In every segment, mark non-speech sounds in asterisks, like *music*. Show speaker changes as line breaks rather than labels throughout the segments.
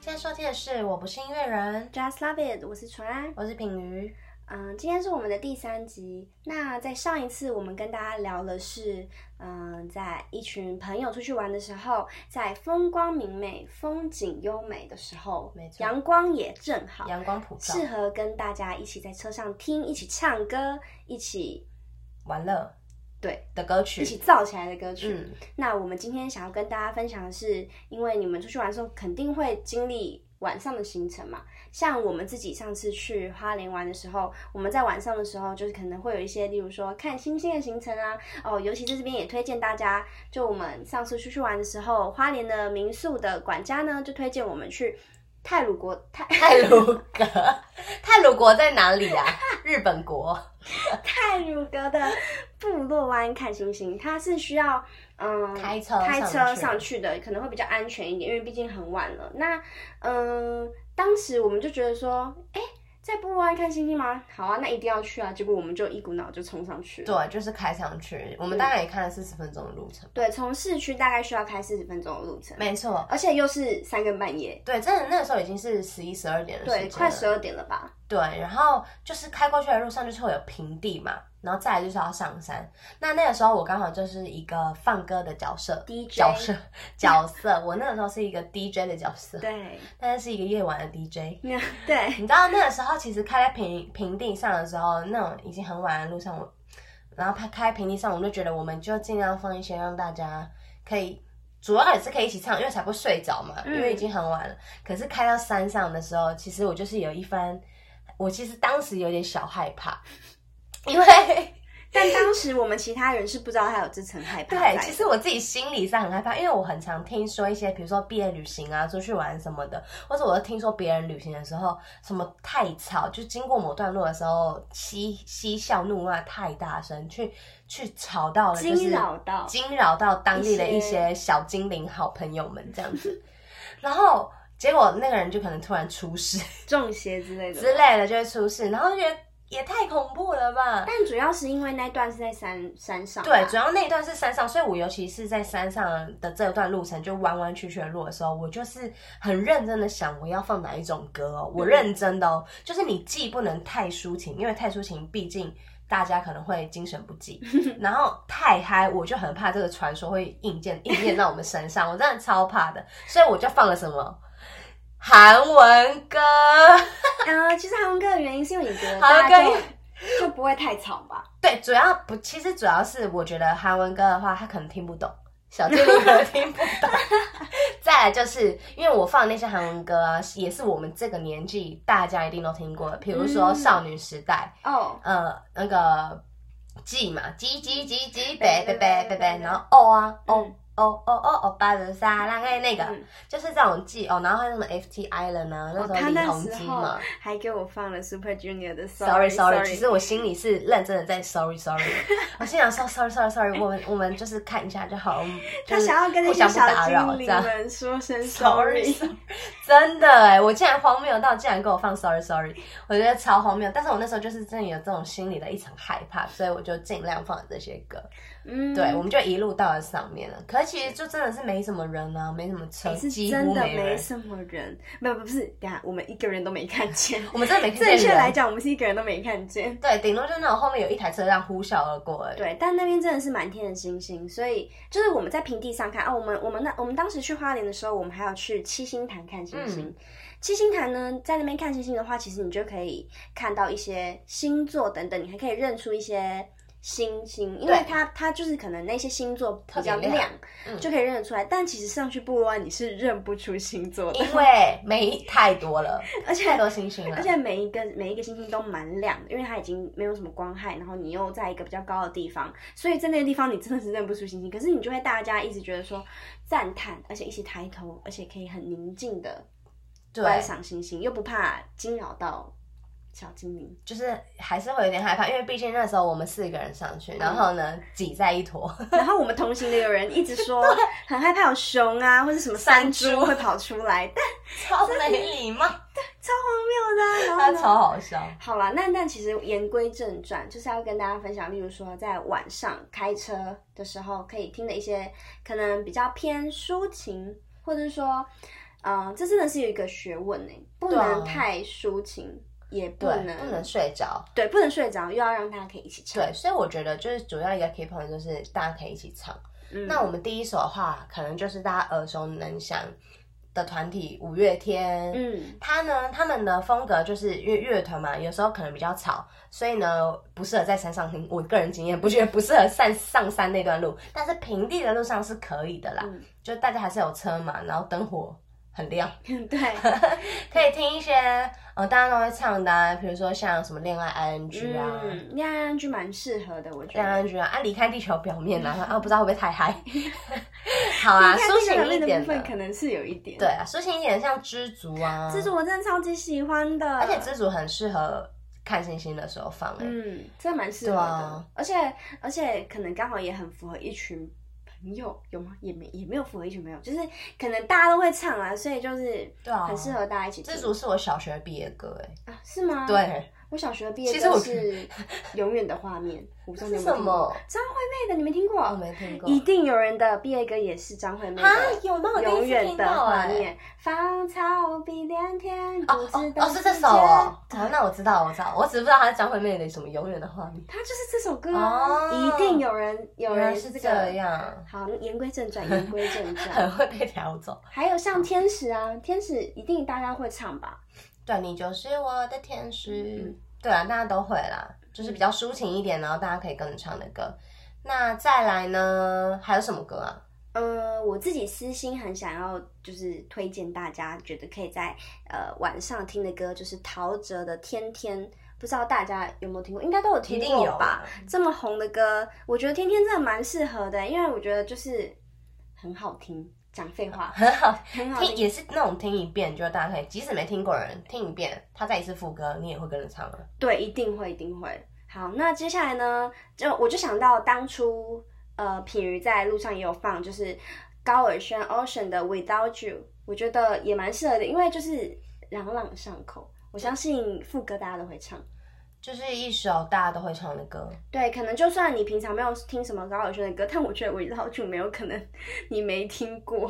现在收听的是《我不是音乐人》，
Just Love It，我是纯安。
我是品瑜。
嗯，今天是我们的第三集。那在上一次我们跟大家聊的是，嗯，在一群朋友出去玩的时候，在风光明媚、风景优美的时候，
没错
阳光也正好，
阳光普照，
适合跟大家一起在车上听，一起唱歌，一起
玩乐
对，
的歌
一
曲。
起造起来的歌曲。
嗯，
那我们今天想要跟大家分享的是，因为你们出去玩的时候肯定会经历晚上的行程嘛。像我们自己上次去花莲玩的时候，我们在晚上的时候就是可能会有一些，例如说看星星的行程啊。哦，尤其在这边也推荐大家，就我们上次出去玩的时候，花莲的民宿的管家呢就推荐我们去泰鲁国泰
泰鲁格， *laughs* 泰鲁国在哪里啊？日本国。
*laughs* 泰鲁格的部落湾看星星，它是需要嗯
开车
开
呃上
车
去
上去的，可能会比较安全一点，因为毕竟很晚了。那嗯，当时我们就觉得说，哎、在部落湾看星星吗？好啊，那一定要去啊！结果我们就一股脑就冲上去了。
对，就是开上去。我们大概也看了四十分钟的路程。
对，从市区大概需要开四十分钟的路程，
没错，
而且又是三更半夜，
对，真的那个时候已经是十一、十二点的时间
对，
了，
快十二点了吧？
对，然后就是开过去的路上就是会有平地嘛，然后再来就是要上山。那那个时候我刚好就是一个放歌的角色 *laughs*
DJ
角色角色，我那个时候是一个 DJ 的角色， *laughs*
对， *laughs*
但是是一个夜晚的 DJ。
那对，
你知道那个时候其实开在平平地上的时候，那种已经很晚的路上我，然后开开平地上，我就觉得我们就尽量放一些让大家可以。主要也是可以一起唱，因为才不会睡着嘛，因
嗯
为已经很晚了。可是开到山上的时候，其实我就是有一番，我其实当时有点小害怕，因为
但当时我们其他人是不知道他有这层害怕在
对，
的。
其实我自己心理上很害怕，因为我很常听说一些，比如说毕业旅行啊、出去玩什么的，或者我都听说别人旅行的时候，什么太吵，就经过某段路的时候，嬉嬉笑怒骂太大声，去去吵到了，就是
惊扰到
惊扰到当地的一
一
些
些
小精灵好朋友们这样子，然后结果那个人就可能突然出事
中邪之类的
之类的，就会出事，然后就觉得也太恐怖了吧。
但主要是因为那段是在山山上吧，
对，主要那一段是山上，所以我尤其是在山上的这段路程，就弯弯曲曲的路的时候，我就是很认真的想我要放哪一种歌哦，
嗯
我认真的哦，就是你既不能太抒情，因为太抒情毕竟大家可能会精神不
*laughs*
济，然后太嗨，我就很怕这个传说会应验应验到我们身上，我真的超怕的，所以我就放了什么韩文歌，
*laughs* 呃，其实韩文歌的原因是因为你觉得
韩文歌
大家就就不会太吵吧？
对，主要不，其实主要是我觉得韩文歌的话，他可能听不懂，小精灵可能听不懂。 *laughs* 再来就是因为我放那些韩文歌啊，也是我们这个年纪大家一定都听过的，比如说
嗯
少女时代，
哦，
呃，那个 G 嘛，G G G G 贝贝贝贝贝，然后 O 啊 O
嗯
O O O O 巴的沙拉哎那个
嗯
就是这种 G 哦，然后还有什么 F T Island 啊，那时
哦
候
他
李
那
宏
时
基
候
嘛。
还给我放了 Super Junior 的
sorry sorry，
Sorry，
其实我心里是认真的在 sorry sorry，我
*laughs*
心想说 sorry sorry sorry，我们我们就是看一下就好了。我们
*laughs* 他
就是
想要跟那
互
些
相不
小
打扰
精
这
灵
样。
们说声
sorry，
sorry。
*laughs* 真的哎，我竟然荒谬到竟然给我放 sorry sorry，我觉得超荒谬。但是我那时候就是真的有这种心理的一层害怕，所以我就尽量放这些歌。
嗯，
对，我们就一路到了上面了。可是其实就真的是没什么人啊，没什么车，
哎是
几
真
乎
的
没
没
人。
什么人，没有不是，等一下我们一个人都没看
*laughs*
见。
我们真的没看见
正
人。
确来讲，我们是一个人都没看见。
对，顶多就是那种后面有一台车这样呼啸而过而已。
对，但那边真的是满天的星星，所以就是我们在平地上看啊，我们我们那我们当时去花莲的时候，我们还要去七星潭看星星。
嗯
七星潭呢，在那边看星星的话，其实你就可以看到一些星座等等，你还可以认出一些星星，因为
对
它它就是可能那些星座比较
特别
亮，
亮嗯
就可以认得出来。但其实上去部落湾你是认不出星座的，
因为没太多了，
*laughs* 而且
太多星星了，
而且每一个每一个星星都蛮亮的，因为它已经没有什么光害，然后你又在一个比较高的地方，所以在那个地方你真的是认不出星星。可是你就会大家一直觉得说赞叹，而且一起抬头，而且可以很宁静的观
对，
赏星星，又不怕惊扰到小精灵。 *laughs*
就是还是会有点害怕，因为毕竟那时候我们四个人上去，然后
嗯
呢挤在一
*laughs*
坨，
然后我们同行的有人一直
*laughs*
说很害怕有熊啊，或是什么
山
山
猪
猪会跑出来，但
超没礼貌，
超荒谬的
*laughs* 他
啊、然后呢
超好笑。
好啦，那但其实言归正传，就是要跟大家分享，例如说在晚上开车的时候可以听的一些可能比较偏抒情，或者是说嗯、这真的是有一个学问呢，不
对啊
能太抒情，也不
对，
能
不能睡着。
对不能睡着，又要让大家可以一起唱。
对，所以我觉得就是主要一个 key point 就是大家可以一起唱。
嗯
那我们第一首的话，可能就是大家耳熟能详的团体五月天。
嗯
他呢，他们的风格就是乐乐团嘛，有时候可能比较吵，所以呢不适合在山上听。我个人经验不觉得不适合上上山那段路，但是平地的路上是可以的啦。
嗯
就大家还是有车嘛，然后灯火很亮，
嗯
*laughs*
对，
可以听一些呃大家都会唱的、啊，比如说像什么恋爱 ING 啊。
嗯，恋爱剧蛮适合的，我觉
恋
得。
爱 ING 啊，啊，离开地球表面啊，
*laughs*
啊，不知道会不会太嗨？ *laughs* 好啊，抒情一
恋爱
点
部分
的，
可能是有一点。
对，啊，抒情一点，像知足啊，
这是我真的超级喜欢的，
而且知足很适合看星星的时候放、欸，
嗯，这蛮适合的，
对啊
而且而且可能刚好也很符合一群朋友，有吗？也没也没有符合一群朋友，就是可能大家都会唱啊，所以就是
对啊
很适合大家一起听
知足是我小学毕业歌、欸，
啊，是吗？，
对，
我小学毕业
其实我
歌是永远的画面，我不知道你有
是
没
什
有听过
么？
张惠妹的，你没听
我
过？
没听过
一定有人的毕业歌也是张惠妹
啊
的，。
有吗？我第
永
一次
远
听
的
到
画
哎、
面，芳草碧连天，不
哦
知
哦
道
哦，是这
时
首哦，
间
哦，那我知道，我知道，我只不知道它是张惠妹的什么永远的画面，
它就是这首歌啊，
哦
一定有人有
原来
人
是
这
这
个。
样，
好，言归
*laughs*
正传，言归正传
很。会被调
*laughs*
走。
还有像天使啊，天使一定大家会唱吧？
对你就是我的天使，
嗯
对啊，大家都会啦，就是比较抒情一点，然后大家可以跟着唱的歌。那再来呢，还有什么歌啊？
呃，我自己私心很想要，就是推荐大家觉得可以在呃晚上听的歌，就是陶喆的《天天》，不知道大家有没有听过？应该都有
一
听
定
过
有啊
吧？？这么红的歌，我觉得《天天》真的蛮适合的，因为我觉得就是很好听。讲废话，
很好
很好
听，
听。
也是那种听一遍就大家可以，即使没听过的人听一遍，他再一次副歌，你也会跟着唱啊。
对，一定会，一定会。好，那接下来呢，就我就想到当初呃，品瑜在路上也有放，就是高尔宣 Ocean 的 Without You，我觉得也蛮适合的，因为就是朗朗上口，我相信副歌大家都会唱。
就是一首大家都会唱的歌，
对，可能就算你平常没有听什么高尔宣的歌，但我觉得 Without You 没有可能 *laughs* 你没听过。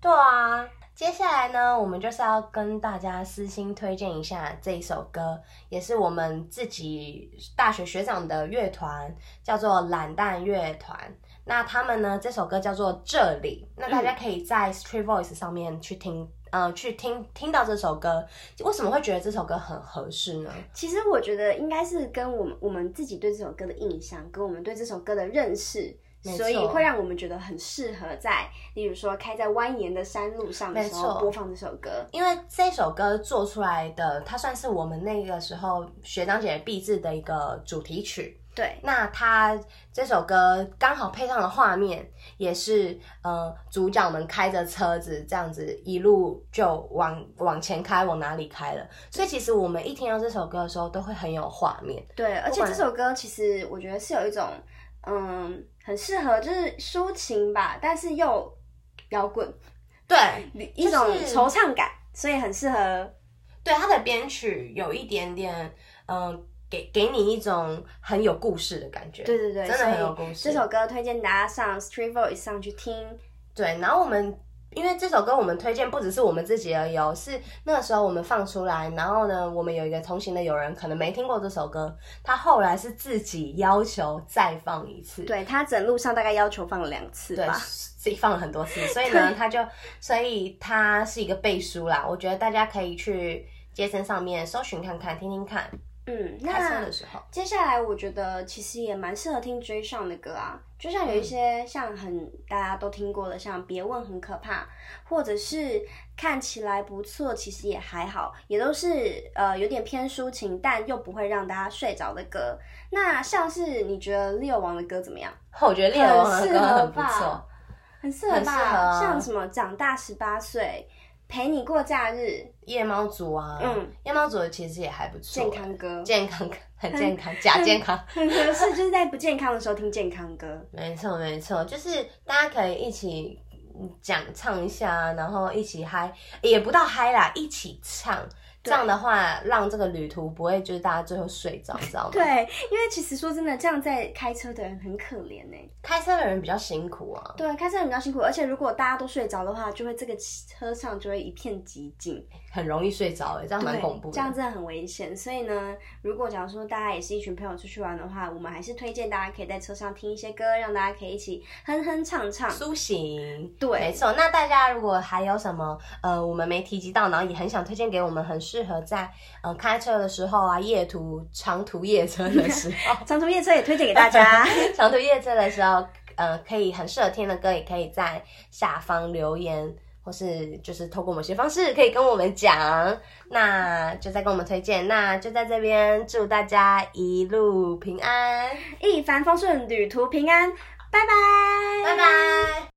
对啊，接下来呢，我们就是要跟大家私心推荐一下这一首歌，也是我们自己大学学长的乐团，叫做懒蛋乐团。那他们呢，这首歌叫做《这里》，那大家可以在 Street Voice 上面去听，呃，去听听到这首歌。为什么会觉得这首歌很合适呢？
其实我觉得应该是跟我们我们自己对这首歌的印象，跟我们对这首歌的认识，
没错
所以会让我们觉得很适合在，例如说开在蜿蜒的山路上的时
没
候
错
播放这首歌。
因为这首歌做出来的，它算是我们那个时候学长姐必制的一个主题曲。
对，
那它这首歌刚好配上了画面，也是呃主角们开着车子这样子一路就往往前开，往哪里开了。所以其实我们一听到这首歌的时候，都会很有画面。
对，而且这首歌其实我觉得是有一种，嗯，很适合就是抒情吧，但是又摇滚，
对，
一种
就是
惆怅感，所以很适合。
对，它的编曲有一点点，嗯、给给你一种很有故事的感觉。
对对对，
真的很有
所以
故事。
这首歌推荐大家上 Street Voice 上去听。
对，然后我们因为这首歌我们推荐不只是我们自己而已哦，是那个时候我们放出来，然后呢，我们有一个同行的友人可能没听过这首歌，他后来是自己要求再放一次，
对他整路上大概要求放了两次
对
吧。，
自己放了很多次，所以呢，他就所以他是一个背书啦，我觉得大家可以去。街声上面搜寻看看，听听看，
嗯，
开车
那
的时候，
接下来我觉得其实也蛮适合听追上的歌啊，追上有一些像很大家都听过的，像《别问很可怕》，或者是看起来不错，其实也还好，也都是呃有点偏抒情，但又不会让大家睡着的歌。那像是你觉得六王的歌怎么样？
我觉得猎王的
很
歌
适合
很不
吧
错，
很适合
很适
吧？
合啊
像什么长大十八岁，陪你过假日，
夜猫族啊，
嗯，
夜猫族其实也还不错，
健康歌，
健康，很健康，假健康，
很合适， *laughs* 就是在不健康的时候听健康歌。
没错，没错，就是大家可以一起嗯讲唱一下，然后一起嗨，也不到嗨啦，一起唱，这样的话让这个旅途不会就是大家最后睡着，知道吗？
对，，因为其实说真的，这样在开车的人很可怜呢、
开车的人比较辛苦啊。
对，开车人比较辛苦，而且如果大家都睡着的话，就会这个车上就会一片寂静，
很容易睡着、欸，这样蛮
对
恐怖的。
这样真的很危险。所以呢，如果假如说大家也是一群朋友出去玩的话，我们还是推荐大家可以在车上听一些歌，让大家可以一起哼哼唱唱。
苏醒，
对
没错。那大家如果还有什么呃我们没提及到，然后也很想推荐给我们，很适合在呃开车的时候啊，夜途长途夜车的时候，
长途夜车也推荐给大家。
*laughs* 长途夜车的时候，呃，可以很适合听的歌，也可以在下方留言，或是就是透过某些方式可以跟我们讲，那就再跟我们推荐。那就在这边祝大家一路平安，
一帆风顺，旅途平安，拜
拜
拜，
拜。